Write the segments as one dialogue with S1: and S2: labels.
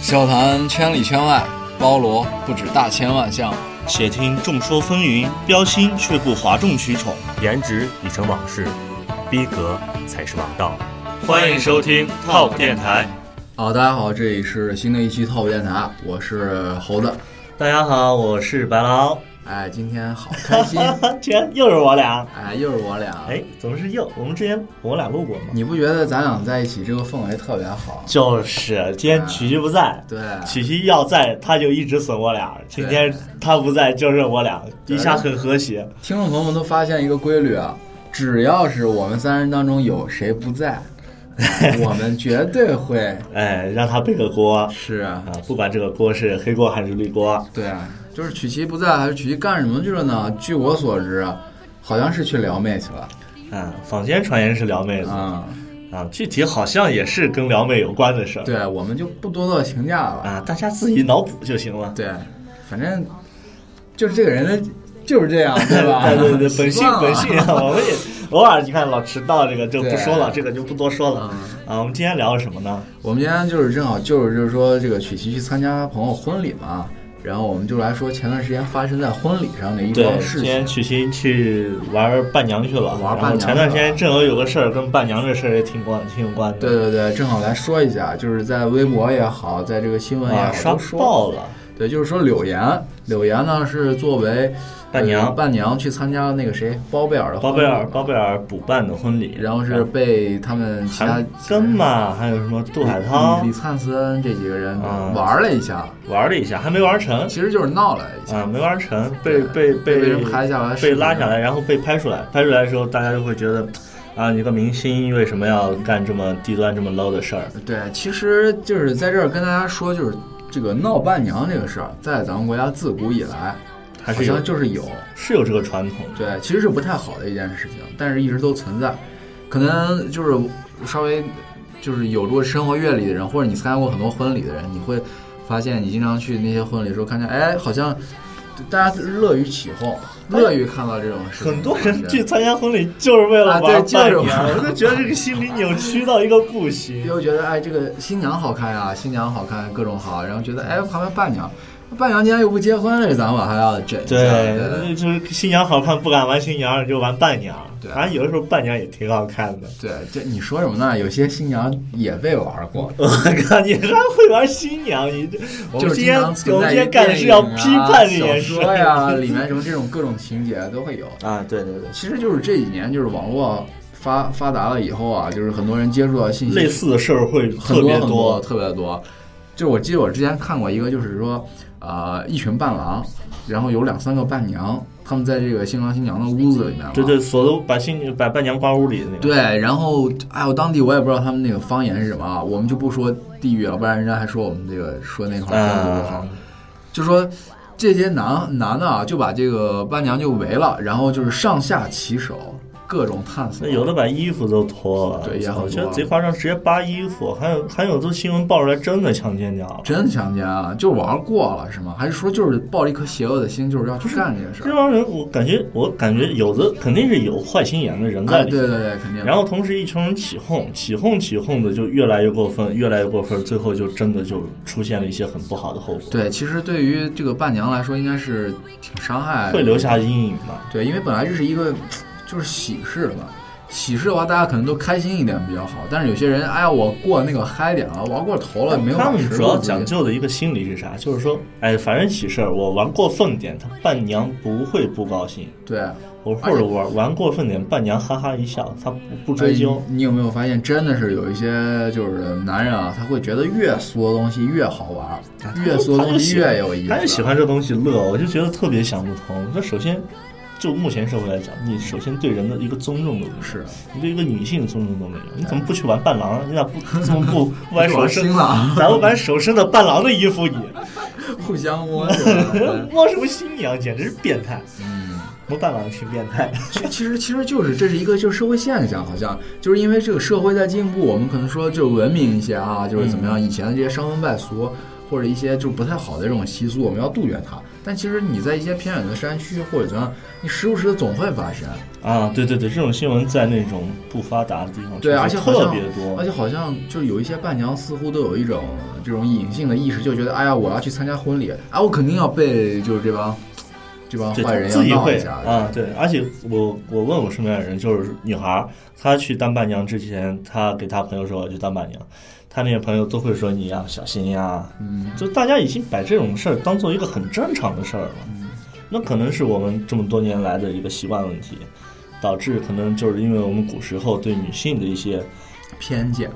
S1: 笑谈圈里圈外，包罗不止大千万项。
S2: 且听众说纷纭，标新却不哗众取宠。
S3: 颜值已成往事，逼格才是王道。
S4: 欢迎收听 TOP 电台。
S1: 啊、大家好，这里是新的一期 TOP 电台，我是猴子。
S2: 大家好，我是白狼。
S1: 哎，今天好开心！
S2: 天，又是我俩。
S1: 哎，又是我俩。
S2: 哎，总是又，我们之前我们俩录过吗？
S1: 你不觉得咱俩在一起这个氛围特别好？
S2: 就是，今天曲奇不在，
S1: 对，
S2: 曲奇要在他就一直损我俩。今天他不在，就是我俩，一下很和谐。
S1: 听众朋友们都发现一个规律啊，只要是我们三人当中有谁不在，哎我们绝对会
S2: 哎，让他背个锅啊！
S1: 是啊，
S2: 不管这个锅是黑锅还是绿锅，
S1: 对啊，就是曲奇不在还是曲奇干什么去了呢？据我所知，啊好像是去撩妹去了
S2: 嗯，坊间传言是撩妹子
S1: 啊、
S2: 啊，具体好像也是跟撩妹有关的事儿
S1: 对，我们就不多做评价了。
S2: 啊，大家自己脑补就行了。
S1: 对，反正就是这个人的就是这样，对吧？
S2: 哎对对对，本
S1: 啊习
S2: 性
S1: 惯了
S2: 本性，啊 我们也偶尔你看老迟到这个就不说了，
S1: 对嗯
S2: 这个就不多说了啊。我们今天聊什么呢？
S1: 我们今天就是正好就是就是说这个曲奇去参加朋友婚礼嘛，然后我们就来说前段时间发生在婚礼上的一
S2: 对
S1: 桩，事
S2: 今
S1: 情
S2: 天。曲奇去玩伴娘去了，
S1: 玩伴
S2: 然后
S1: 娘
S2: 前段时
S1: 去
S2: 间
S1: 了
S2: 正好有个事儿跟伴娘这事儿也挺关挺有关的，
S1: 对对对，正好来说一下，就是在微博也好，在这个新闻也好，
S2: 啊，
S1: 都
S2: 刷
S1: 说嗯
S2: 爆了。
S1: 对，就是说柳岩，柳岩呢是作为呃
S2: 伴娘
S1: 伴娘去参加那个谁包贝尔的
S2: 包
S1: 婚
S2: 贝
S1: 礼
S2: 尔，
S1: 嘛
S2: 包贝尔补办的婚礼，
S1: 然后是被他们其他
S2: 韩庚嘛，还有什么杜海涛
S1: 嗯李李灿森这几个人
S2: 啊
S1: 玩了一下，
S2: 玩了一下，还没玩成
S1: 其实就是闹了一下。
S2: 啊，没玩成，被被
S1: 被别人拍下来
S2: 被
S1: 视频
S2: 拉下来，然后被拍出来。拍出来的时候，大家就会觉得，啊，你个明星为什么要干这么低端、这么 low 的事儿？
S1: 对，其实就是在这儿跟大家说，就是这个闹伴娘这个事儿，在咱们国家自古以来
S2: 还
S1: 好
S2: 是有
S1: 像就是有，
S2: 是有这个传统的。
S1: 对，其实是不太好的一件事情，但是一直都存在。可能就是稍微就是有过生活阅历的人，或者你参加过很多婚礼的人，你会发现，你经常去那些婚礼的时候，看见哎，好像大家乐于起哄，乐于看到这种事情。
S2: 很多人去参加婚礼就是为了
S1: 啊
S2: 玩
S1: 对就是
S2: 伴娘，
S1: 玩
S2: 我就觉得这个心理扭曲到一个不行。
S1: 又觉得哎，这个新娘好看呀、啊新娘好看，各种好，然后觉得哎，旁边伴娘，伴娘今天又不结婚了，咱们还要整一下，对
S2: 对，就是新娘好看，不敢玩新娘，就玩伴娘。
S1: 对
S2: 反正有的时候伴娘也挺好看的。
S1: 对，这你说什么呢？有些新娘也被玩过，
S2: 我靠，你还会玩新娘？你这我
S1: 就
S2: 们
S1: 是经
S2: 今天
S1: 常
S2: 我
S1: 存
S2: 们
S1: 在
S2: 今
S1: 于
S2: 天干的是要批判
S1: 电
S2: 这
S1: 影啊
S2: 件
S1: 小
S2: 事
S1: 说呀、里面什么这种各种情节都会有。
S2: 啊，对对对。
S1: 其实就是这几年就是网络发发达了以后啊，就是很多人接触到信息
S2: 类似的事儿会
S1: 很
S2: 特
S1: 多
S2: 别
S1: 很多，特别多。就我记得我之前看过一个，就是说，呃，一群伴郎，然后有两三个伴娘，他们在这个新郎新娘的屋子里面嘛
S2: 对对，锁都把新把伴娘挂屋里的那个。
S1: 对，然后哎呦，当地我也不知道他们那个方言是什么啊，我们就不说地域了，不然人家还说我们这个说那块儿说的不好。
S2: 啊，
S1: 就说这些男男的啊，就把这个伴娘就围了，然后就是上下其手，各种探索。
S2: 那有的把衣服都脱了，
S1: 对也很多
S2: 我觉得贼夸张，直接扒衣服，还有还有都新闻爆出来真的强奸掉了。
S1: 真强奸啊，就玩过了是吗？还是说就是抱着一颗邪恶的心，就是要去干这件事
S2: 这
S1: 儿？
S2: 帮人，我感觉我感觉有的肯定是有坏心眼的人在
S1: 哎，
S2: 里
S1: 对
S2: 面。
S1: 对对，肯定。
S2: 然后同时一群人起哄，起哄起哄的就越来越过分，越来越过分，最后就真的就出现了一些很不好的后果，
S1: 对，其实对于这个伴娘来说，应该是挺伤害。
S2: 会留下阴影的。
S1: 对，因为本来这是一个就是喜事嘛，喜事的话大家可能都开心一点比较好，但是有些人，哎呀，我过那个嗨点了，玩过头了，没有把
S2: 他们
S1: 持
S2: 主
S1: 住
S2: 要
S1: 自己
S2: 讲究的一个心理是啥？就是说，哎，反正喜事儿，我玩过分点，他伴娘不会不高兴；
S1: 对。
S2: 我或
S1: 哎
S2: 者玩玩过分点，伴娘哈哈一笑，他不不追究
S1: 哎。你有没有发现，真的是有一些就是男人啊，他会觉得越俗的东西越好玩儿，哎越俗的
S2: 啊他
S1: 东
S2: 就
S1: 西
S2: 喜
S1: 越有意思。
S2: 他就喜欢这东西乐，我就觉得特别想不通。那首先，就目前社会来讲，你首先对人的一个尊重都没有，
S1: 是
S2: 你对一个女性的尊重都没有，你怎么不去玩伴郎啊？你咋不怎么 不不玩手
S1: 不玩
S2: 伸
S1: 新郎？
S2: 咱们玩手伸的伴郎的衣服你，？
S1: 互相摸是吧
S2: 摸什么新娘，简直是变态！
S1: 嗯，
S2: 摸伴郎是变态。
S1: 其其实其实就是这是一个就是社会现象，好像就是因为这个社会在进步，我们可能说就文明一些
S2: 嗯
S1: 啊，就是怎么样，以前的这些伤风败俗或者一些就不太好的这种习俗，我们要杜绝它。但其实你在一些偏远的山区或者怎样，你时不时的总会发生。
S2: 啊，对对对，这种新闻在那种不发达的地方，
S1: 对，而且好
S2: 特
S1: 像
S2: 别多，
S1: 而且好像就是有一些伴娘似乎都有一种这种隐性的意识，就觉得哎呀，我要去参加婚礼，哎，我肯定要被就是这帮这帮坏
S2: 对，
S1: 人要
S2: 自己
S1: 闹
S2: 会
S1: 一下的。
S2: 啊，对，而且我我问我身边的人，就是女孩儿，她去当伴娘之前，她给她朋友说我要去当伴娘，她那些朋友都会说你要小心呀，
S1: 嗯，
S2: 就大家已经把这种事儿当做一个很正常的事儿了。
S1: 嗯
S2: 那可能是我们这么多年来的一个习惯问题，导致可能就是因为我们古时候对女性的一些
S1: 偏见，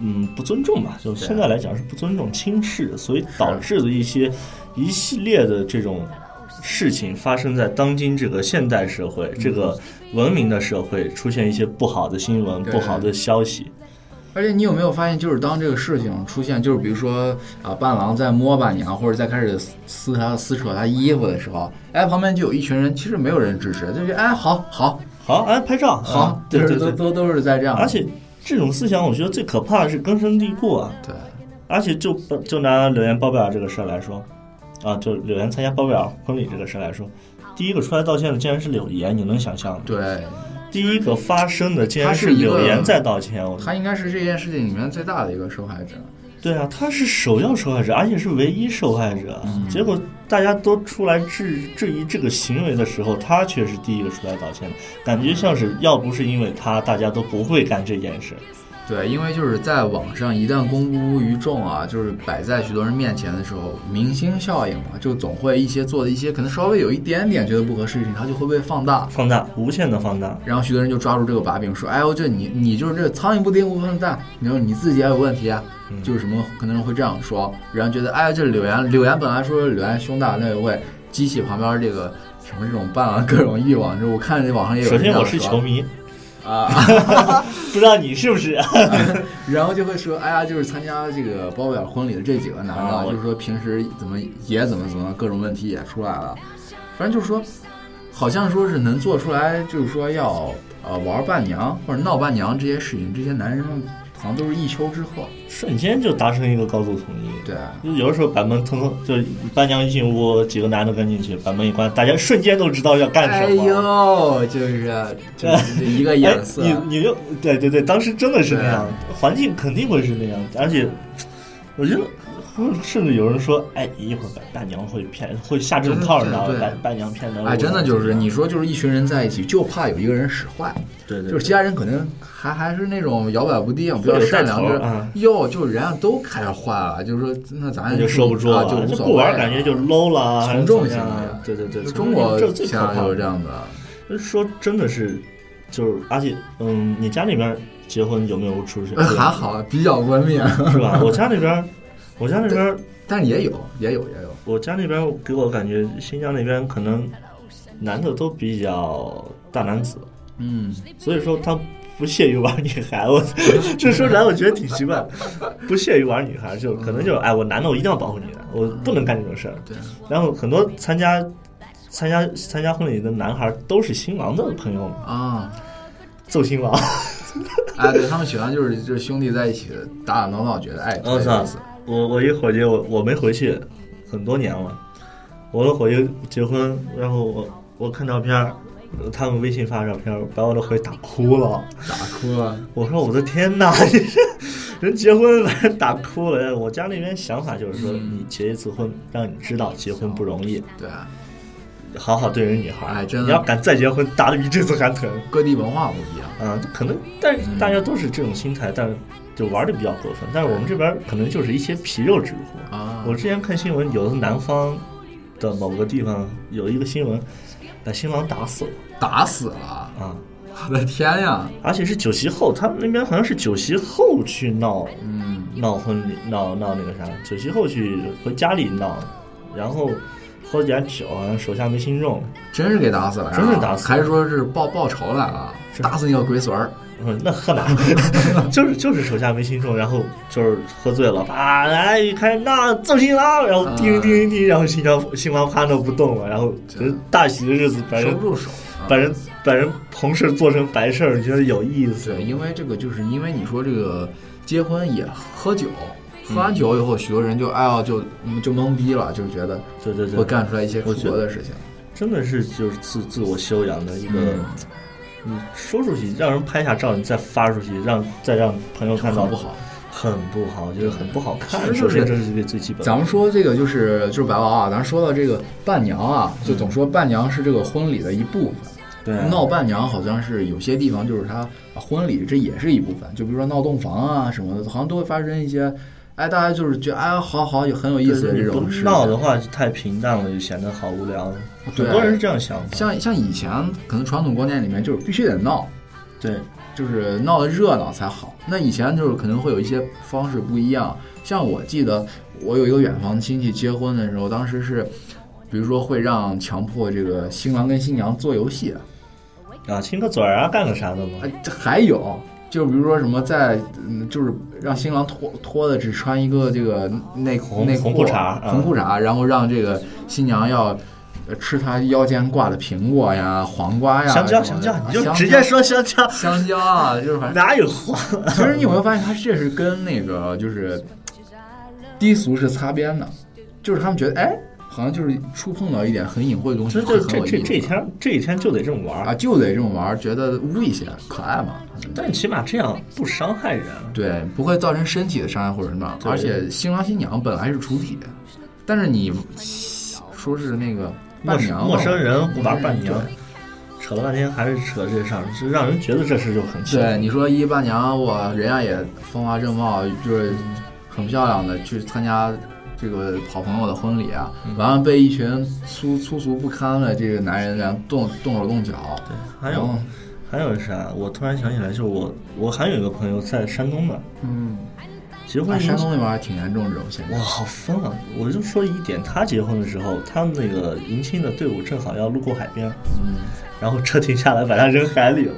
S2: 嗯不尊重吧，就
S1: 对啊
S2: 现在来讲是不尊重、轻视，所以导致的一些一系列的这种事情发生在当今这个现代社
S1: 嗯
S2: 会、这个文明的社会，出现一些不好的新闻、
S1: 对
S2: 不好的消息。
S1: 而且你有没有发现，就是当这个事情出现，就是比如说啊，伴郎在摸伴娘，或者在开始撕撕她、撕扯她衣服的时候，哎，旁边就有一群人，其实没有人支持，就觉得哎，好好
S2: 好，哎，拍照，
S1: 好
S2: 啊，对
S1: 就
S2: 对
S1: 是都
S2: 对，
S1: 都都是在这样的，
S2: 而且这种思想，我觉得最可怕的是根深蒂固啊。
S1: 对，
S2: 而且就就拿柳岩包贝尔这个事儿来说，啊，就柳岩参加包贝尔婚礼这个事儿来说，第一个出来道歉的竟然是柳岩，你能想象吗？
S1: 对，
S2: 第一个发生的竟然
S1: 他
S2: 是
S1: 是一个
S2: 柳岩在道歉，我
S1: 他应该是这件事情里面最大的一个受害者。
S2: 对啊，他是首要受害者，而且是唯一受害者。
S1: 嗯
S2: 结果大家都出来质质疑这个行为的时候，他却是第一个出来道歉的，感觉像是要不是因为他，大家都不会干这件事。
S1: 对，因为就是在网上一旦公布于众啊，就是摆在许多人面前的时候，明星效应嘛，就总会一些做的一些可能稍微有一点点觉得不合适的事情，它就会被放大。
S2: 放大，无限的放大。
S1: 然后许多人就抓住这个把柄说：“哎呦，就你你就是这苍蝇不叮无缝的蛋，你说你自己也有问题啊。”
S2: 嗯
S1: 就是什么可能会这样说，然后觉得哎呀，这柳岩柳岩本来说柳岩胸大那位激起旁边这个什么这种伴郎各种欲望，就是我看这网上也有
S2: 首
S1: 人这
S2: 先，
S1: 样
S2: 我是
S1: 说
S2: 球迷，
S1: 啊。
S2: 不知道你是不是？
S1: 然后就会说，哎呀，就是参加这个包贝尔婚礼的这几个男的，
S2: 啊我
S1: 就是说平时怎么也怎么怎么各种问题也出来了，反正就是说，好像说是能做出来，就是说要呃玩伴娘或者闹伴娘这些事情，这些男人好像都是一丘之貉，
S2: 瞬间就达成一个高度统一。
S1: 对，啊
S2: 就有的时候把门腾腾，就是伴娘一进屋，几个男的跟进去，把门一关，大家瞬间都知道要干
S1: 哎
S2: 什么。
S1: 呦，就是就是这一个啊
S2: 哎
S1: 眼色，啊
S2: 你你就对对对，当时真的是那样，环境肯定会是那样，而且我觉得。甚至有人说：“哎，一会儿伴伴娘会骗，会下这种套，你知道吧
S1: 对？对
S2: 伴伴娘骗人。”
S1: 哎，真的就是你说就是一群人在一起，就怕有一个人使坏。
S2: 对对，
S1: 就是其他人可能还还是那种摇摆不定，比
S2: 会有
S1: 较善良，
S2: 带
S1: 就
S2: 头儿
S1: 是
S2: 啊
S1: 哟，就是人家都开始坏了，就是说那咱
S2: 那就收不住
S1: 啊，
S2: 了，
S1: 就无
S2: 就
S1: 所
S2: 不
S1: 谓
S2: 玩
S1: 了
S2: 感觉就 low 了，啊还是
S1: 从
S2: 怎么
S1: 众行
S2: 样
S1: 为。
S2: 对对对，
S1: 就
S2: 从
S1: 中
S2: 众
S1: 国
S2: 这是最
S1: 现
S2: 可
S1: 在
S2: 怕
S1: 就
S2: 的
S1: 是这样的，
S2: 说真的是，就是而且，嗯，你家那边结婚有没有 出去？
S1: 呃还好比较文明，
S2: 是吧？我家那边，我家那边，
S1: 但是也有也有也有，
S2: 我家那边给我感觉，新疆那边可能男的都比较大男子，
S1: 嗯，
S2: 所以说他不屑于玩女孩。我这说起来我觉得挺奇怪，不屑于玩女孩，就可能就是哎，我男的我一定要保护你，我不能干这种事儿。
S1: 对，
S2: 然后很多参加。参加参加婚礼的男孩都是新郎的朋友，
S1: 啊，
S2: 揍新郎。
S1: 哎，对他们喜欢就是就是兄弟在一起打打闹闹，觉得哎，
S2: 我
S1: 这
S2: 操
S1: 意思，！
S2: 我我一伙计，我我没回去很多年了。我的伙计结婚，然后我我看照片儿，他们微信发照片儿，把我的伙计打哭了。
S1: 打哭了，
S2: 我说我的天哪，这是人结婚把人打哭了。我家那边想法就是说，
S1: 嗯
S2: 你结一次婚，让你知道结婚不容易，
S1: 对啊，
S2: 好好对人女孩儿。
S1: 哎真的
S2: 你要敢再结婚，打的比这次还疼。
S1: 各地文化不一样，
S2: 啊，可能，但
S1: 嗯
S2: 是大家都是这种心态，但是就玩的比较过分。但是我们这边儿可能就是一些皮肉之苦
S1: 啊
S2: 我之前看新闻，有的南方的某个地方有一个新闻，把新郎打死了
S1: 打死了，
S2: 啊，
S1: 我的天呀，
S2: 而且是酒席后，他们那边好像是酒席后去闹
S1: 嗯，
S2: 闹婚礼，闹闹那个啥，酒席后去回家里闹，然后喝点酒，好像手下没轻重，
S1: 真是给打死了呀，啊
S2: 真是打死了
S1: 还是说是报报仇来了，啊打死你个龟孙儿。
S2: 嗯，那喝哪？ 就是就是手下没轻重，然后就是喝醉了，啪，来一开始那揍新郎，然后
S1: 啊
S2: 叮铃叮铃叮，然后新郎新郎趴那不动了，然后就是大喜的日子把
S1: 收
S2: 人
S1: 不住手。啊
S2: 把人把人红事做成白事儿，你觉得有意思？
S1: 对，因为这个就是因为你说这个结婚也喝酒，喝
S2: 嗯
S1: 完酒以后，许多人就哎呀就嗯就懵逼了，就是觉得
S2: 对对对，
S1: 会干出来一些
S2: 我
S1: 出
S2: 觉得
S1: 格的事情。
S2: 真的是就是自自我修养的一个，
S1: 嗯
S2: 你说出去让人拍下照，你再发出去，让再让朋友看到，
S1: 很不好，
S2: 很不好，我觉得很不好看。
S1: 其实
S2: 首
S1: 就是
S2: 先这是最最基本的，
S1: 咱们说这个就是就是白娃啊，咱说到这个伴娘啊，就总说伴娘是这个婚礼的一部分。
S2: 对啊
S1: 闹伴娘好像是有些地方就是它把婚礼这也是一部分，就比如说闹洞房啊什么的，好像都会发生一些，哎，大家就是觉得哎好好也很有意思的
S2: 对
S1: 这
S2: 你不
S1: 种事。
S2: 闹的话太平淡了，就显得好无聊。
S1: 对
S2: 很多人是这样想的，
S1: 像像以前可能传统观念里面就是必须得闹，
S2: 对
S1: 就是闹得热闹才好。那以前就是可能会有一些方式不一样，像我记得我有一个远房亲戚结婚的时候，当时是，比如说会让强迫这个新郎跟新娘做游戏，
S2: 啊，亲个嘴儿啊，干个啥的嘛。
S1: 哎，这还有。就比如说什么在，嗯，就是让新郎脱脱的只穿一个这个内裤
S2: 红
S1: 内裤
S2: 红裤衩嗯
S1: 红裤衩，然后让这个新娘要呃吃她腰间挂的苹果呀、黄瓜呀、
S2: 香蕉，
S1: 什
S2: 香
S1: 么的啊
S2: 蕉，你就
S1: 香
S2: 直
S1: 蕉
S2: 接说香蕉，
S1: 香蕉啊，就是反正
S2: 哪有 话？
S1: 其实你有没有发现，它这是跟那个就是低俗是擦边的，就是他们觉得哎，好像就是触碰到一点很隐晦的东西，
S2: 这
S1: 会
S2: 这
S1: 很
S2: 这
S1: 有
S2: 这
S1: 意
S2: 这一
S1: 思
S2: 天这一天就得这么玩
S1: 啊，
S2: 儿，
S1: 就得这么玩儿，觉得污一些，可爱嘛。
S2: 但起码这样不伤害人。
S1: 对，不会造成身体的伤害或者什么样。
S2: 对
S1: 而且新郎新娘本来是主体，但是你说是那个
S2: 陌
S1: 伴
S2: 生
S1: 娘
S2: 陌生人不玩伴
S1: 对
S2: 娘，扯了半天还是扯这事儿，就让人觉得这事就很奇
S1: 对，
S2: 怪。
S1: 你说一伴娘，我人家也风华正茂，就是很漂亮的去参加这个好朋友的婚礼啊，
S2: 嗯
S1: 完了被一群粗粗俗不堪的这个男人然后动动手动脚，
S2: 还
S1: 然
S2: 有
S1: 后
S2: 还有啥？我突然想起来，就是我我还有一个朋友在山东的
S1: 嗯，
S2: 结
S1: 啊
S2: 婚，
S1: 山东那边还挺严重这种现
S2: 哇，
S1: 象，
S2: 好疯啊！我就说一点，他结婚的时候，他们那个迎亲的队伍正好要路过海边，
S1: 嗯，
S2: 然后车停下来把他扔 海里了，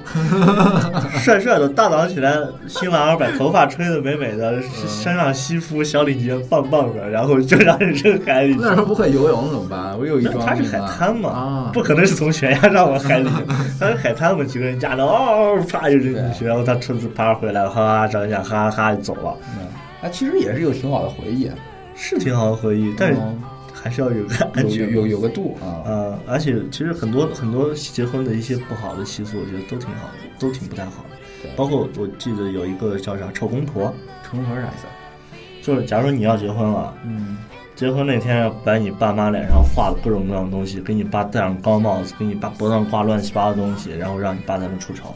S2: 帅帅的大早起来，新郎把头发吹得美美的，
S1: 嗯
S2: 身上西服小领结棒棒的，然后就让人扔海里去。
S1: 那时候不会游泳怎么办？我有一
S2: 那
S1: 桩
S2: 他是
S1: 命
S2: 海
S1: 案
S2: 滩嘛，
S1: 啊，
S2: 不可能是从悬崖上往海里， 他是海滩嘛，几个人架着，哦，啪就扔进去，然后他车子爬回来，哈哈照一下，哈哈哈就走了，
S1: 嗯，哎，其实也是有挺好的回忆，啊
S2: 是挺好的回忆，但是
S1: 嗯
S2: 还是要有个安
S1: 有
S2: 全
S1: 有
S2: 感。
S1: 有有个度啊，
S2: 呃，而且其实很多很多结婚的一些不好的习俗，我觉得都挺好的，都挺不太好的
S1: 对。
S2: 包括我记得有一个叫啥臭公婆，
S1: 成何啥意思？
S2: 就是假如你要结婚了，
S1: 嗯，
S2: 结婚那天要把你爸妈脸上画各种各样的东西，给你爸戴上高帽子，给你爸脖子上挂乱七八糟的东西，然后让你爸在那出丑，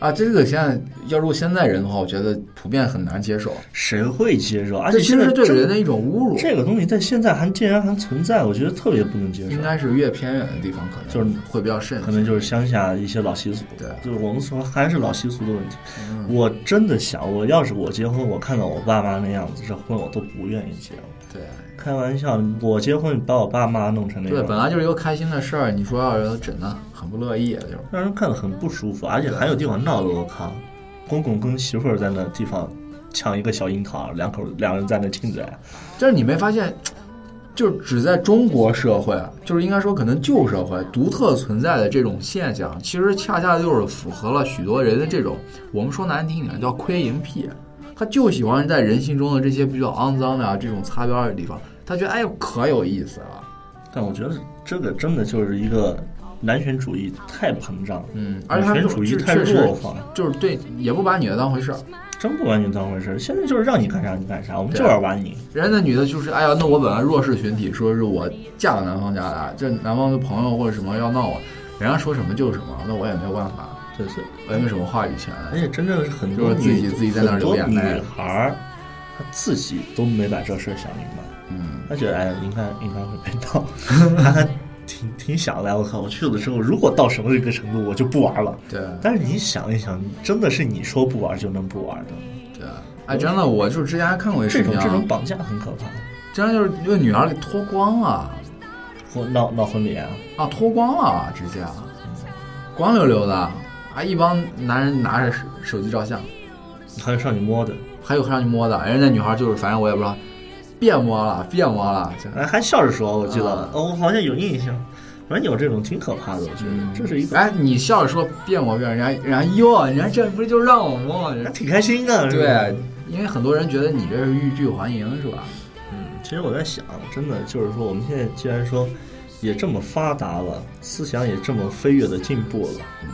S1: 啊，这个现在要如果现在人的话，我觉得普遍很难接受。
S2: 谁会接受？而
S1: 这
S2: 且
S1: 其
S2: 现
S1: 实
S2: 在
S1: 是对
S2: 这
S1: 人的一种侮辱，
S2: 这个东西在现在还竟然还存在，我觉得特别不能接受
S1: 应。该是越偏远的地方可能
S2: 就是
S1: 会比较慎
S2: 可能就是乡下一些老习俗，
S1: 对
S2: 就是我们说还是老习俗的问题。
S1: 嗯
S2: 我真的想，我要是我结婚，我看到我爸妈那样子，这婚我都不愿意结了。
S1: 对
S2: 开玩笑，我结婚把我爸妈弄成那
S1: 对，本
S2: 样，
S1: 来就是嗯一个开心的事儿，你说要是整的很不乐意，就是
S2: 让人看得很不舒服，而且还有地方闹得我靠，公公跟媳妇儿在那地方抢一个小樱桃，两口两人在那亲嘴，
S1: 但是你没发现，就是只在中国社会，就是应该说可能旧社会独特存在的这种现象，其实恰恰就是符合了许多人的这种，我们说难听一点叫窥淫癖，他就喜欢在人性中的这些比较肮脏的啊这种擦边的地方，他觉得哎呦可有意思了。
S2: 但我觉得这个真的就是一个男权主义太膨胀了，
S1: 嗯，而
S2: 女
S1: 且他
S2: 权
S1: 们
S2: 主义
S1: 就
S2: 太
S1: 确实
S2: 弱化，
S1: 就是对，也不把女的当回事儿。
S2: 真不把你当回事儿。现在就是让你干啥你干啥，我们就
S1: 对
S2: 要玩你。
S1: 人家那女的就是，哎呀，那我本来弱势群体，说是我嫁到男方家来，这男方的朋友或者什么要闹我，人家说什么就是什么，那我也没有办法，
S2: 对，所以
S1: 我也没什么话语权。
S2: 而且真正是很
S1: 就
S2: 多
S1: 是自己
S2: 女
S1: 自己在那儿
S2: 很多
S1: 流眼泪
S2: 女孩儿，她自己都没把这事儿想明白，
S1: 嗯，
S2: 她觉得哎，应该应该会被盗， 她还挺挺想的。我靠，我去了之后，如果到什么一个程度，我就不玩了。
S1: 对
S2: 但是你想一想，真的是你说不玩就能不玩的？
S1: 对，哎，真的，我就是之前还看过一
S2: 这
S1: 视
S2: 种
S1: 频
S2: 这
S1: 啊
S2: 种，绑架很可怕。
S1: 真的就是一个女孩给脱光了
S2: 或闹闹婚礼啊，
S1: 啊，脱光了，直接啊光溜溜的啊，一帮男人拿着手手机照相，
S2: 还有上你摸的，
S1: 还有让你摸的，人家那女孩就是，反正我也不知道，别摸了，别摸了，这
S2: 哎，还笑着说，我记得、
S1: 啊
S2: 哦，我好像有印象。反正有这种挺可怕的，我觉得这是一个，
S1: 哎，你笑着说别摸别，人家人家哟，人家这不就让我摸吗？
S2: 还挺开心的。是吧
S1: 对，啊因为很多人觉得你这是欲拒还迎，是吧？
S2: 嗯，其实我在想，真的就是说，我们现在既然说也这么发达了，思想也这么飞跃的进步了，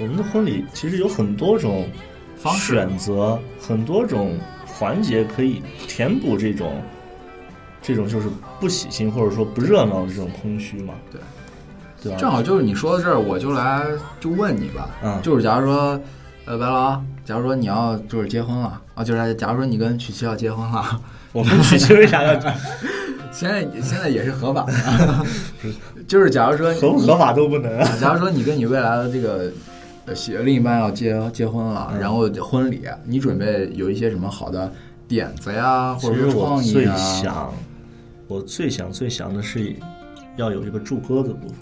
S2: 我们的婚礼其实有很多种
S1: 方式
S2: 选择，很多种环节可以填补这种这种就是不喜庆或者说不热闹的这种空虚嘛。
S1: 对，
S2: 对吧？
S1: 正好就是你说到这儿，我就来就问你吧，
S2: 嗯
S1: 就是假如说，呃，白狼，假如说你要就是结婚了啊，就是假如说你跟曲奇要结婚了，
S2: 我们娶亲为啥要
S1: 现在现在也是合法的， 就是假如说
S2: 合不合法都不能啊？
S1: 假如说你跟你未来的这个呃喜另一半要结结婚了，然后婚礼，你准备有一些什么好的点子呀，
S2: 其
S1: 或者
S2: 实
S1: 说
S2: 我
S1: 创
S2: 最
S1: 意啊？
S2: 想，我最想最想的是要有一个驻歌的部分。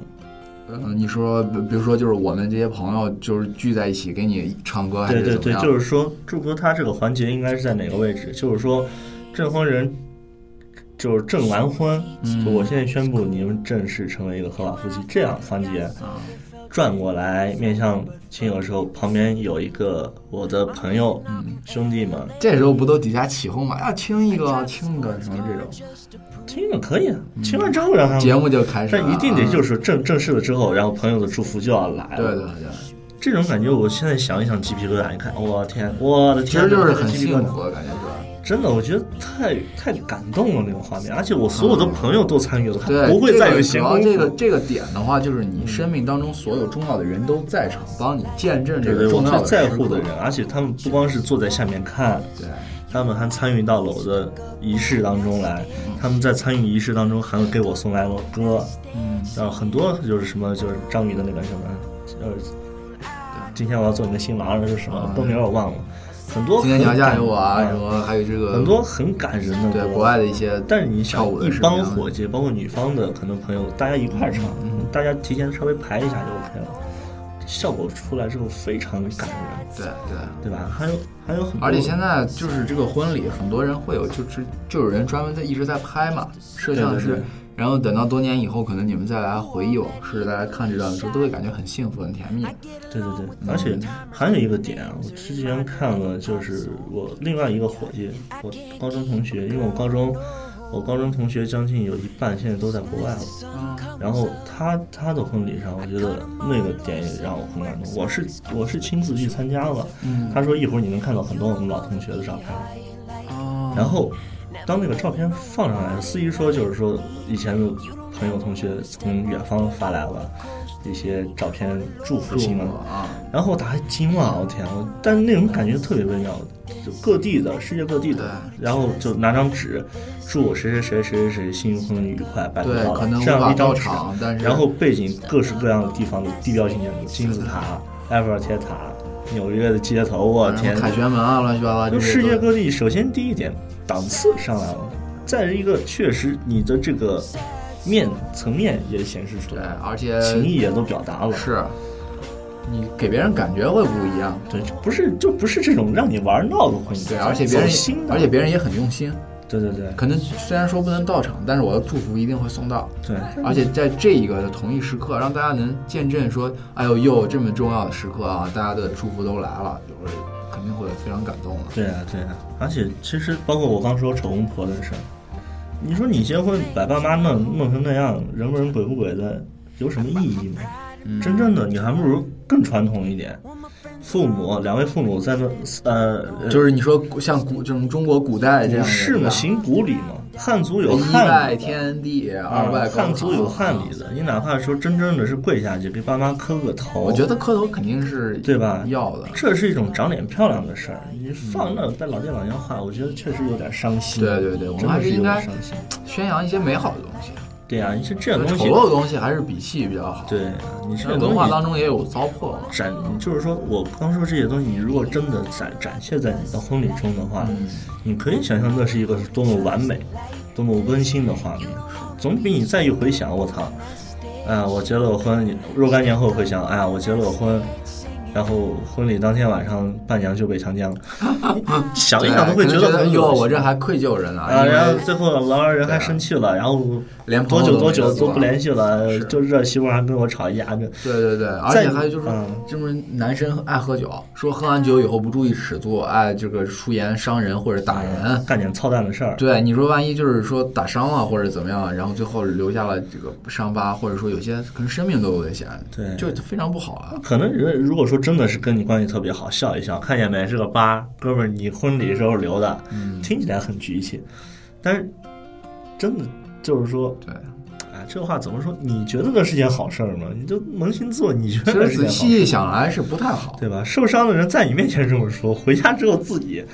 S1: 嗯，你说，比比如说，就是我们这些朋友就是聚在一起给你唱歌，还
S2: 对
S1: 是
S2: 对
S1: 怎么
S2: 对，
S1: 样？
S2: 就是说祝歌他这个环节应该是在哪个位置？就是说，证婚人就是证完婚，
S1: 嗯
S2: 就我现在宣布你们正式成为一个合法夫妻，这样环节
S1: 啊
S2: 转过来面向亲友的时候，旁边有一个我的朋友、
S1: 嗯
S2: 兄弟们，
S1: 这时候不都底下起哄嘛？啊，亲一个，亲一个，什么这种
S2: 听着可以啊，亲完之后让他
S1: 嗯
S2: 们
S1: 节目就开始了啊。
S2: 但一定得就是正正式了之后，然后朋友的祝福就要来了。
S1: 对对对，
S2: 这种感觉，我现在想一想鸡皮疙瘩。你看，我天，我的
S1: 其实
S2: 天哪，
S1: 就是
S2: 这
S1: 很
S2: 鸡皮
S1: 幸
S2: 疙瘩
S1: 福啊的感觉，是吧？
S2: 真的，我觉得太太感动了那种画面，而且我所有的朋友都参与了，他
S1: 嗯对，
S2: 不会再有
S1: 这
S2: 闲
S1: 个主要
S2: 工
S1: 这个
S2: 夫。
S1: 这个点的话，就是你生命当中所有重要的人都在场，帮你见证这
S2: 对
S1: 个
S2: 对，我
S1: 重要
S2: 最
S1: 的
S2: 在乎的
S1: 时
S2: 人
S1: 刻，，
S2: 而且他们不光是坐在下面看，
S1: 对，
S2: 他们还参与到了我的仪式当中来。他们在参与仪式当中，还会给我送来了歌，
S1: 嗯，
S2: 然后很多就是什么，就是张宇的那个什么，呃，今天我要做你的新郎，是什么歌名我忘了，很多
S1: 今天你要
S2: 很
S1: 嫁
S2: 感
S1: 给我啊，
S2: 嗯
S1: 什么还有这个
S2: 很多很感人的
S1: 对
S2: 歌
S1: 国外的一些，
S2: 但是你
S1: 跳
S2: 想
S1: 舞的
S2: 一
S1: 视频
S2: 帮
S1: 啊
S2: 伙计，包括女方的可能朋友，大家一块儿唱，
S1: 嗯
S2: 嗯大家提前稍微排一下就 OK 了。效果出来之后非常感人，
S1: 对对。
S2: 对吧？还有还有很多，
S1: 而且现在就是这个婚礼，很多人会有就是就有人专门在一直在拍嘛，摄像师，
S2: 对对对
S1: 然后等到多年以后，可能你们再来回忆往事，再来看这段的时候，都会感觉很幸福、很甜蜜。
S2: 对对对，
S1: 嗯
S2: 而且还有一个点啊，我之前看了，就是我另外一个伙计，我高中同学，因为我高中我高中同学将近有一半现在都在国外了，
S1: 嗯，
S2: 然后他他的婚礼上，我觉得那个点也让我很感动。我是我是亲自去参加了，
S1: 嗯
S2: 他说一会儿你能看到很多我们老同学的照片。
S1: 哦，
S2: 然后当那个照片放上来，司仪说就是说以前的朋友同学从远方发来了一些照片祝福
S1: 祝
S2: 新郎
S1: 福，啊，
S2: 然后我打开惊了，我天！我但是那种感觉特别微妙，就各地的，世界各地的，然后就拿张纸，祝我谁谁谁谁谁谁新婚愉快，百
S1: 对
S2: 年好
S1: 可能
S2: 合，
S1: 无
S2: 这
S1: 法
S2: 样一
S1: 到
S2: 张纸
S1: 场但是
S2: 然后背景各式各样的地方的地标性建筑，金字塔、埃菲尔铁塔、纽约的街头，我
S1: 然
S2: 天
S1: 后！凯旋门啊，乱七八糟这
S2: 就
S1: 些
S2: 世
S1: 都，
S2: 界各地，首先第一点档次上来了，再一个确实你的这个面层面也显示出
S1: 对呃
S2: 来了，，
S1: 而且
S2: 情谊也都表达了，
S1: 是，你给别人感觉会不一样，
S2: 对，就不是就不是这种让你玩闹的婚姻，
S1: 对，而且别人
S2: 走心，的，
S1: 而且别人也很用心，
S2: 对对对
S1: 可能虽然说不能到场，但是我的祝福一定会送到。
S2: 对，
S1: 而且在这一个的同一时刻，让大家能见证说，哎呦呦，这么重要的时刻啊，大家的祝福都来了，就是肯定会非常感动的。
S2: 对啊对啊，而且其实包括我刚说丑公婆的事儿，你说你结婚把爸妈弄弄成那样，人不人鬼不鬼的，有什么意义呢？
S1: 嗯
S2: 真正的你还不如更传统一点，父母两位父母在那呃
S1: 就是你说古像古这种中国古代这
S2: 古
S1: 样的
S2: 事嘛，
S1: 对吧
S2: 行古礼嘛，汉族有
S1: 一
S2: 汉
S1: 拜
S2: 礼的，
S1: 天地，二
S2: 啊
S1: 拜高堂
S2: 汉族有汉礼的，你哪怕说真正的是跪下去给爸妈磕个头，
S1: 啊我觉得磕头肯定是
S2: 对吧
S1: 要的，
S2: 这是一种长脸漂亮的事儿，你放那在老爹老娘话，我觉得确实有点伤心。
S1: 对对对我们
S2: 真
S1: 还
S2: 的
S1: 是
S2: 是
S1: 应
S2: 有
S1: 该
S2: 点伤心。
S1: 宣扬一些美好的东西。
S2: 对啊呀、你是这种东
S1: 丑
S2: 西，
S1: 陋的东西还是比气比较好。
S2: 对，你这
S1: 因为
S2: 种东
S1: 文
S2: 西
S1: 化当中也有糟粕嘛。
S2: 展，你就是说我刚说这些东西，你如果真的展展现在你的婚礼中的话，
S1: 嗯
S2: 你可以想象那是一个是多么完美、多么温馨的画面，总比你再一回啊想，我操，哎、我结了个婚，若干年后回想，哎呀，我结了个婚，然后婚礼当天晚上，伴娘就被 强奸了，想一
S1: 对
S2: 想都会
S1: 可能
S2: 觉
S1: 觉
S2: 很
S1: 哟，
S2: 恶
S1: 我
S2: 心
S1: 这。还愧疚人了，
S2: 啊，
S1: 因为
S2: 然后最后老二人还生气了，然后
S1: 啊连朋
S2: 多
S1: 友
S2: 久
S1: 都没得做
S2: 多久都不联系了，
S1: 是
S2: 就这媳妇儿还跟我吵一架，这
S1: 对对对，而且还有就是
S2: 嗯，
S1: 就是男生爱喝酒，说喝完酒以后不注意尺度，爱这个出言伤人或者打人。
S2: 干点操蛋的事儿。
S1: 对，你说万一就是说打伤了或者怎么样，然后最后留下了这个伤疤，或者说有些可能生命都有危险，
S2: 对
S1: 就非常不好啊了。
S2: 可能人如果说真的是跟你关系特别好，笑一笑，看见没，是个疤，哥们儿，你婚礼时候留的，
S1: 嗯，
S2: 听起来很局气，但是真的就是说，
S1: 对。
S2: 哎，这话怎么说？你觉得那是件好事儿吗？你就扪心自问，你觉
S1: 其
S2: 得那
S1: 实
S2: 是件
S1: 仔
S2: 好
S1: 细
S2: 事儿，
S1: 一想来是不太好。
S2: 对吧？受伤的人在你面前这么说，回家之后自己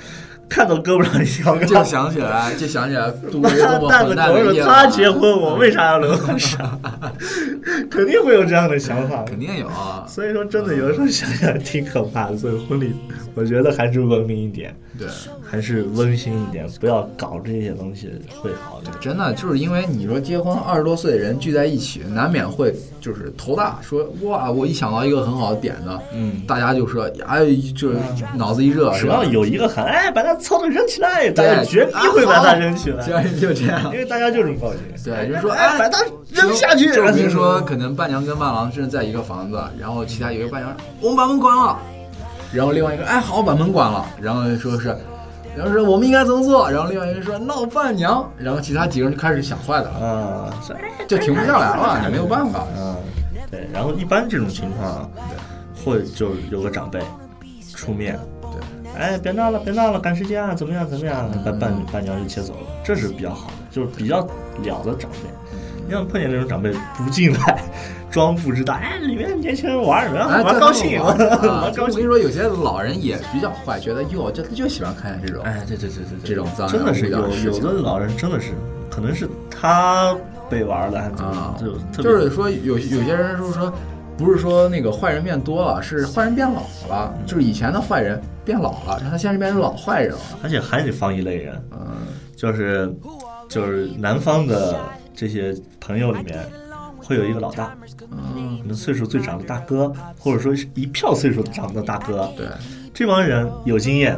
S2: 看到胳膊上一条
S1: 就
S2: 疤，
S1: 想起来，就想起来，杜威多么
S2: 蛋
S1: 混
S2: 子
S1: 蛋
S2: 狗
S1: 的
S2: 日
S1: 夜
S2: 的，
S1: 晚
S2: 他结婚，我为啥要留他伤？ 肯定会有这样的想法。
S1: 肯定有啊。
S2: 所以说，真的有的时候想想挺可怕的。所以婚礼，我觉得还是文明一点，
S1: 对，
S2: 还是温馨一点，不要搞这些东西会好的。
S1: 真的就是因为你说结婚二十多岁的人聚在一起，难免会就是头大，说哇，我一想到一个很好的点子，
S2: 嗯，
S1: 大家就说哎，就是脑子一热，
S2: 只
S1: 是
S2: 要
S1: 吧？
S2: 有一个喊，哎，把他操的扔起来，大
S1: 对
S2: 家绝逼会把他扔起 来，
S1: 就就这样
S2: 因。为大家就是报警。
S1: 对，就是说，
S2: 哎，
S1: 哎
S2: 把，他扔下去。
S1: 就比如说，可能伴娘跟伴郎是在一个房子，然后其他有一个伴娘，
S2: 嗯
S1: 我们把门关了，然后另外一个，哎，好，把门关了，然后说是，然后说我们应该怎么做，然后另外一个说闹伴娘，然后其他几个人就开始想坏的了，
S2: 啊，是
S1: 就停不下来了，你没有办 法。
S2: 嗯，对。然后一般这种情况啊，会就是有个长辈出面，对，哎，别闹了，别闹了，赶时间啊，怎么样，怎么样，把伴伴娘就切走了，这是比较好的，就是比较了的长辈。你要碰见那种长辈不进来，装不知道，哎，里面年轻人玩儿，
S1: 哎，
S2: 玩玩高兴，玩
S1: 啊！
S2: 玩
S1: 就我
S2: 高
S1: 跟你
S2: 兴。
S1: 说，有些老人也比较坏，觉得哟，这就喜欢看见这种。
S2: 哎，对对对对，对
S1: 这种脏人
S2: 真的是
S1: 物件
S2: 有
S1: 的事
S2: 有
S1: 情
S2: 的老人真的是，可能是他被玩了，还是怎么
S1: 啊
S2: 样，就特别
S1: 就是说有有些人就是说，不是说那个坏人变多了，是坏人变老了，就是以前的坏人变老了，然后他现在变成老坏人了。
S2: 而且还得放一类人，
S1: 嗯，
S2: 就是就是南方的这些朋友里面，会有一个老大，
S1: 嗯
S2: 可能岁数最长的大哥，或者说是一票岁数长的大哥。
S1: 对，
S2: 这帮人有经验，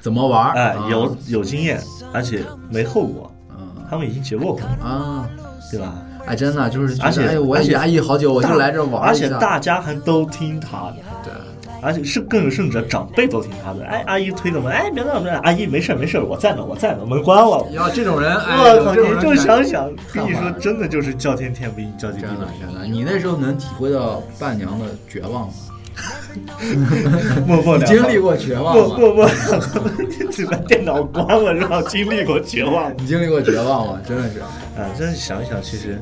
S1: 怎么玩儿？
S2: 哎、
S1: 啊
S2: 有有经验，而且没后果，
S1: 嗯
S2: 他们已经结过婚了，
S1: 啊，
S2: 对吧？
S1: 哎，真的就是觉得，
S2: 而且
S1: 哎呦，我
S2: 而
S1: 也
S2: 且
S1: 压抑好久，我就
S2: 大
S1: 来这玩儿
S2: 而
S1: 一下
S2: 且大家还都听他的，
S1: 对，
S2: 而且是更甚者，长辈都听他的。哎，阿姨推个门，哎，别闹别闹，阿姨没事儿没事儿，我在呢我在呢，门关了。
S1: 要这种人，哎，
S2: 我靠！
S1: 有这种
S2: 你
S1: 人
S2: 就
S1: 感
S2: 想想，
S1: 看
S2: 跟你
S1: 法
S2: 说，真的就是叫天天不应，叫地地
S1: 真
S2: 不
S1: 的
S2: 灵。
S1: 真的，你那时候能体会到伴娘的绝望吗？
S2: 默默
S1: 你
S2: 了
S1: 经历过绝望
S2: 默
S1: 吗？
S2: 默默， 你把电脑关了，然后经历过绝望。
S1: 你经历过绝望吗？真的是。
S2: 啊，真是想一想，其实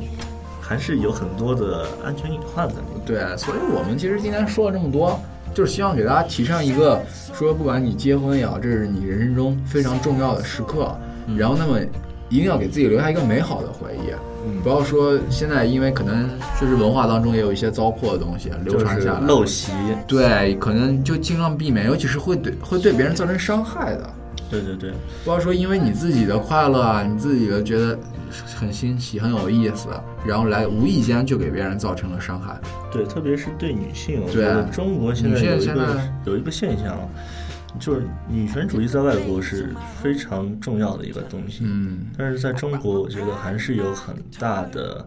S2: 还是有很多的安全隐患在里面。
S1: 对，所以我们其实今天说了这么多，就是希望给大家提倡一个，说不管你结婚也好，这是你人生中非常重要的时刻，然后那么一定要给自己留下一个美好的回忆，
S2: 嗯
S1: 不要说现在因为可能确实文化当中也有一些糟粕的东西流传下来，
S2: 陋习，
S1: 对，可能就尽量避免，尤其是会对会对别人造成伤害的。
S2: 对对对，
S1: 不要说因为你自己的快乐啊，你自己的觉得很新奇、很有意思，然后来无意间就给别人造成了伤害。
S2: 对，特别是对女性，我觉
S1: 对啊
S2: 得中国现在
S1: 女性
S2: 有一
S1: 现
S2: 个
S1: 在
S2: 有一个现象，啊就是女权主义在外国是非常重要的一个东西。
S1: 嗯，
S2: 但是在中国，我觉得还是有很大的。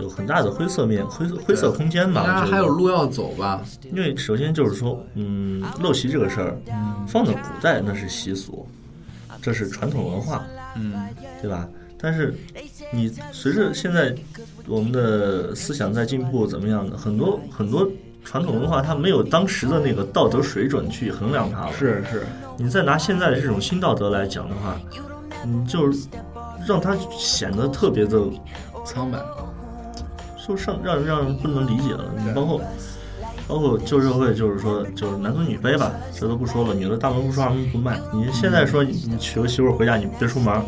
S2: 有很大的灰色面、灰色灰色空间吧。
S1: 当然
S2: 我觉
S1: 还有
S2: 得
S1: 路要走吧。
S2: 因为首先就是说，嗯，陋习这个事儿，放在古代那是习俗，这是传统文化，
S1: 嗯，
S2: 对吧？但是你随着现在我们的思想在进步，怎么样的，很多很多传统文化它没有当时的那个道德水准去衡量它了。，
S1: 是是，
S2: 你再拿现在的这种新道德来讲的话，你就让它显得特别的
S1: 苍白。
S2: 说上让让人不能理解了。你包括包括旧社会，就是说就是男尊女卑吧，这都不说了。女的大门不出二门不迈，你现在说你你娶个媳妇儿回家你别出门儿，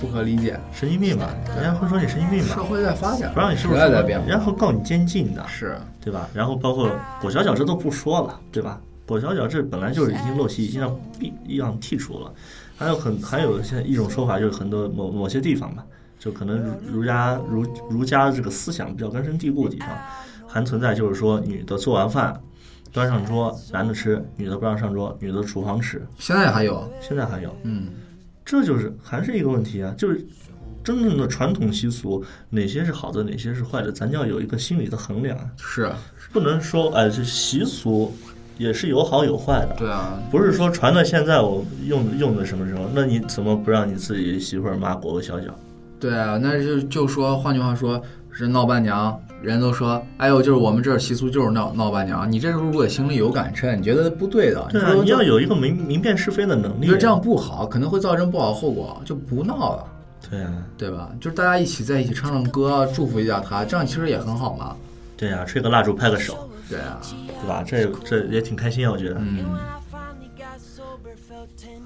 S1: 不可理解。
S2: 神经病吧？人家会说你神经病
S1: 社
S2: 吧？
S1: 会在发展，
S2: 不让你是不
S1: 时
S2: 是？
S1: 代在变化。
S2: 然后告你监禁的，
S1: 是，
S2: 对吧？然后包括裹小脚这都不说了，对吧？裹小脚这本来就是已啊经陋习，已经让避已经让剔除了。还有很还有现在一种说法就是很多某某些地方吧，就可能儒儒家儒啊儒家这个思想比较根深蒂固的地方，还存在就是说女的做完饭端上桌，男的吃，女的不让上桌，女的厨房吃，
S1: 现在还有，
S2: 现在还有，
S1: 嗯，
S2: 这就是还是一个问题啊，就是真正的传统习俗，哪些是好的，哪些是坏的，咱要有一个心理的衡量啊，
S1: 是，
S2: 不能说哎，这习俗也是有好有坏的。
S1: 对啊，
S2: 不是说传到现在我用用的什么时候？那你怎么不让你自己媳妇儿妈裹个小脚？
S1: 对啊，那就就说，换句话说，人闹伴娘，人都说，哎呦，就是我们这儿习俗就是闹闹伴娘，你这时候如果心里有杆秤，你觉得不对的，
S2: 对啊，
S1: 说
S2: 你要
S1: 这
S2: 有一个明明辨是非的能力。
S1: 你觉得这样不好，可能会造成不好后果，就不闹了。
S2: 对啊，
S1: 对吧？就是大家一起在一起唱唱歌，祝福一下他，这样其实也很好嘛。
S2: 对啊，吹个蜡烛，拍个手，
S1: 对啊，
S2: 对吧？这这也挺开心啊，我觉得。
S1: 嗯。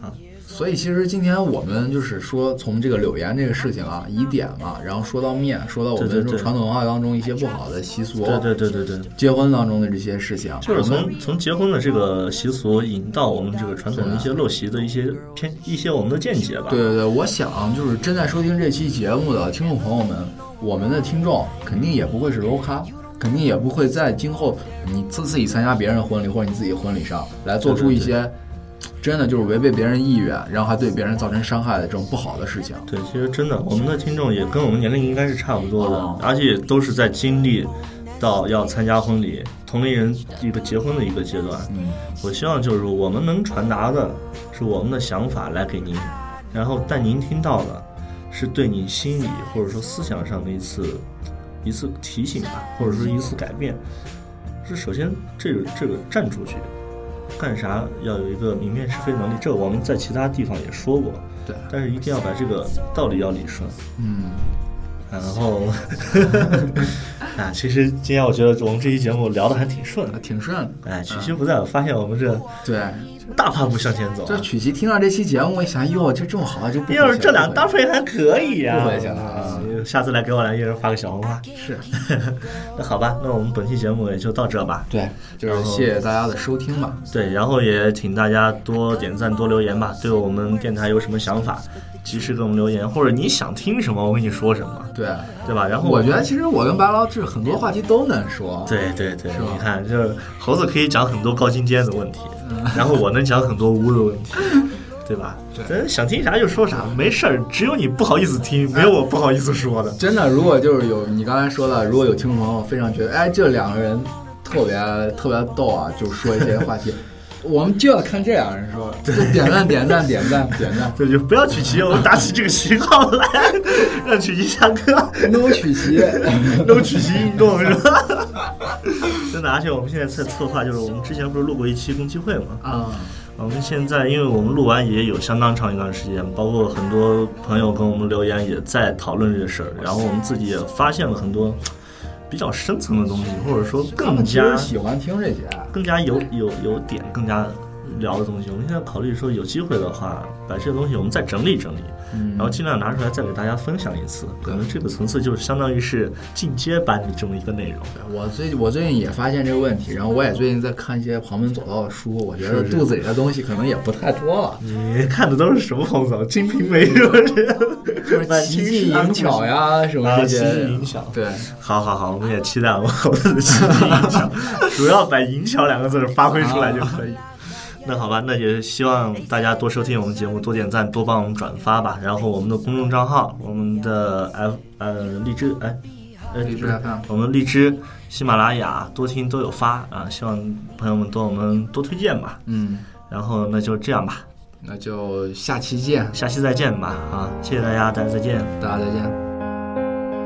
S2: 啊
S1: 所以其实今天我们就是说，从这个柳岩这个事情啊，疑点嘛，然后说到面，说到我们
S2: 对
S1: 这
S2: 对
S1: 种
S2: 对
S1: 传统文化当中一些不好的习俗，
S2: 对对对对对，
S1: 结婚当中的这些事情，
S2: 就是
S1: 我们
S2: 从从结婚的这个习俗引到我们这个传统的一些陋习的一些偏一些我们的见解吧。
S1: 对对对，我想就是正在收听这期节目的听众朋友们，我们的听众肯定也不会是 low 咖，肯定也不会在今后你自自己参加别人的婚礼或者你自己婚礼上来做出一些真的就是违背别人意愿，然后还对别人造成伤害的这种不好的事情。
S2: 对，其实真的，我们的听众也跟我们年龄应该是差不多的，
S1: 哦
S2: 而且都是在经历到要参加婚礼、同龄人一个结婚的一个阶段。
S1: 嗯，
S2: 我希望就是我们能传达的是我们的想法来给您，然后但您听到的是对你心理或者说思想上的一次一次提醒吧，或者说一次改变。是首先这个这个站出去，干啥要有一个明辨是非能力，这我们在其他地方也说过，
S1: 对，
S2: 但是一定要把这个道理要理顺。
S1: 嗯，
S2: 然后， 啊，其实今天我觉得我们这期节目聊得还挺顺的。
S1: 挺顺的。
S2: 哎，曲奇不在，我发现我们这
S1: 对，
S2: 大踏步向前走啊、
S1: 这曲奇听到这期节目，我一想，哟，这这么好，就不
S2: 要是这
S1: 两
S2: 俩搭配还可以呀、
S1: 不回去了啊
S2: 下次来给我俩一人发个小红花。
S1: 是，
S2: 那好吧，那我们本期节目也就到这吧。
S1: 对，就是谢谢大家的收听吧。
S2: 对，然后也请大家多点赞、多留言吧。对我们电台有什么想法，及时给我们留言，或者你想听什么，我跟你说什么，
S1: 对。
S2: 对吧？然后
S1: 我觉得其实我跟白老师很多话题都能说，
S2: 对对对，
S1: 吧
S2: 你看，就是猴子可以讲很多高精尖的问题，然后我能讲很多无的 问题，嗯对吧？咱想听啥就说啥，没事儿，只有你不好意思听，没有我不好意思说的。
S1: 真的，如果就是有你刚才说的，如果有听众朋友非常觉得，哎，这两个人特别特别逗啊，就说一些话 题，我们就要看这两个人说，就点赞点赞点赞点赞
S2: 对，就不要曲奇，我们打起这个旗号来，让曲奇下课，
S1: ，no 曲奇，
S2: 弄曲奇运动是 吧？真的，而且我们现在在策划，就是我们之前不是录过一期共济会嘛？
S1: 啊，
S2: 我们现在因为我们录完也有相当长一段时间，包括很多朋友跟我们留言也在讨论这个事儿，然后我们自己也发现了很多比较深层的东西，或者说
S1: 他
S2: 更
S1: 们其
S2: 加
S1: 实喜欢听这些，
S2: 更加有有有点更加聊的东西。我们现在考虑说，有机会的话，把这些东西我们再整理整理，
S1: 嗯
S2: 然后尽量拿出来再给大家分享一次。可能这个层次就是相当于是进阶版的这么一个内容。
S1: 我最我最近也发现这个问题，然后我也最近在看一些旁门左道的书，我觉得
S2: 是是嗯
S1: 肚子里的东西可能也不太多了，
S2: 你看的都是什么 红枣？《金瓶梅》是不是？
S1: 就是奇技淫巧呀什么
S2: 啊，
S1: 这
S2: 奇
S1: 些
S2: 迹，影响。
S1: 对，
S2: 好好好，我们也期待我们 猴子的奇迹影响，主要把“影响”两个字儿发挥出来就可以。那好吧，那也希望大家多收听我们节目，多点赞，多帮我们转发吧。然后我们的公众账号，我们的 F 呃荔枝哎。呃
S1: 荔枝
S2: 不是
S1: FM
S2: 我们荔枝、喜马拉雅多听都有发啊，希望朋友们多我们多推荐吧。
S1: 嗯。
S2: 然后那就这样吧，
S1: 那就下期见，
S2: 下期再见吧啊！谢谢大家，大家再见。
S1: 大家再见。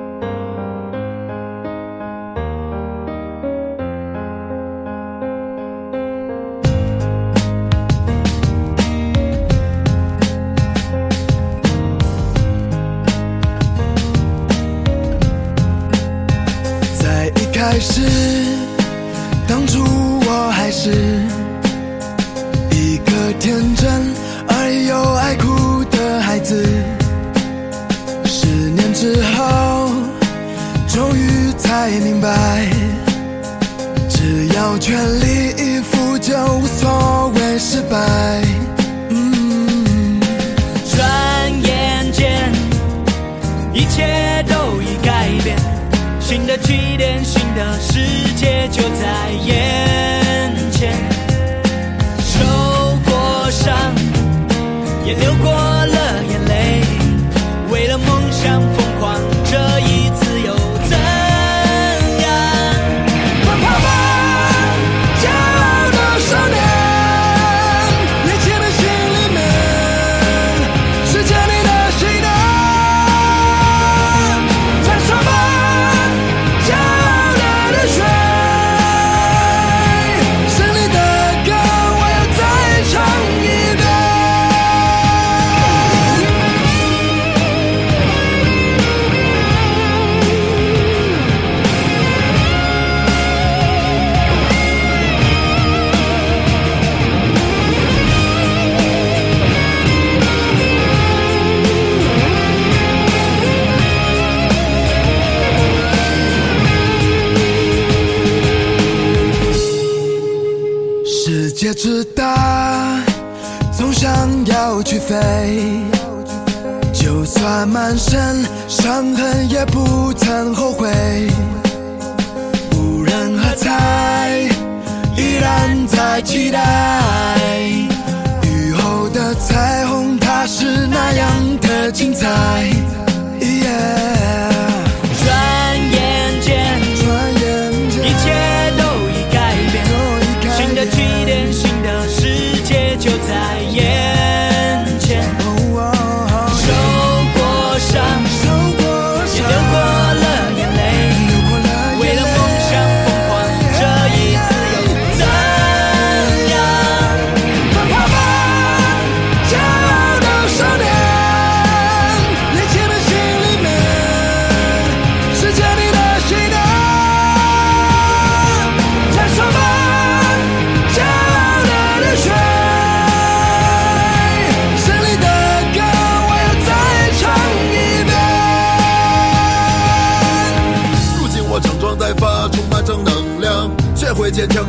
S5: 在一开始，当初我还是一个天真而又爱哭的孩子。十年之后，终于才明白，只要全力以赴就无所谓失败。嗯，
S6: 转眼间，一切都已改变，新的起点，新的世界就在眼前。
S5: 世界之大，总想要去飞，就算满身伤痕也不曾后悔。无人喝彩，依然在期待。雨后的彩虹，它是那样的精彩。Yeah
S6: 转眼间，
S5: 转眼间
S6: 一切都已改变
S5: 都。已改
S6: 新的
S5: 变
S6: 起点，新的世界就在眼前。
S5: 哦哦哦
S6: 受过伤，
S5: 受过
S6: 也
S5: 伤，
S6: 流过了眼泪，
S5: 流过了眼泪
S6: 为了梦想疯狂，这一次又怎样？
S5: 快跑吧，骄傲的少年，年轻的心里面是坚定的信念。燃烧吧，骄傲的热血，胜利的歌我要再唱一遍。
S7: 如今我盛装待发，充满正能量，学会坚强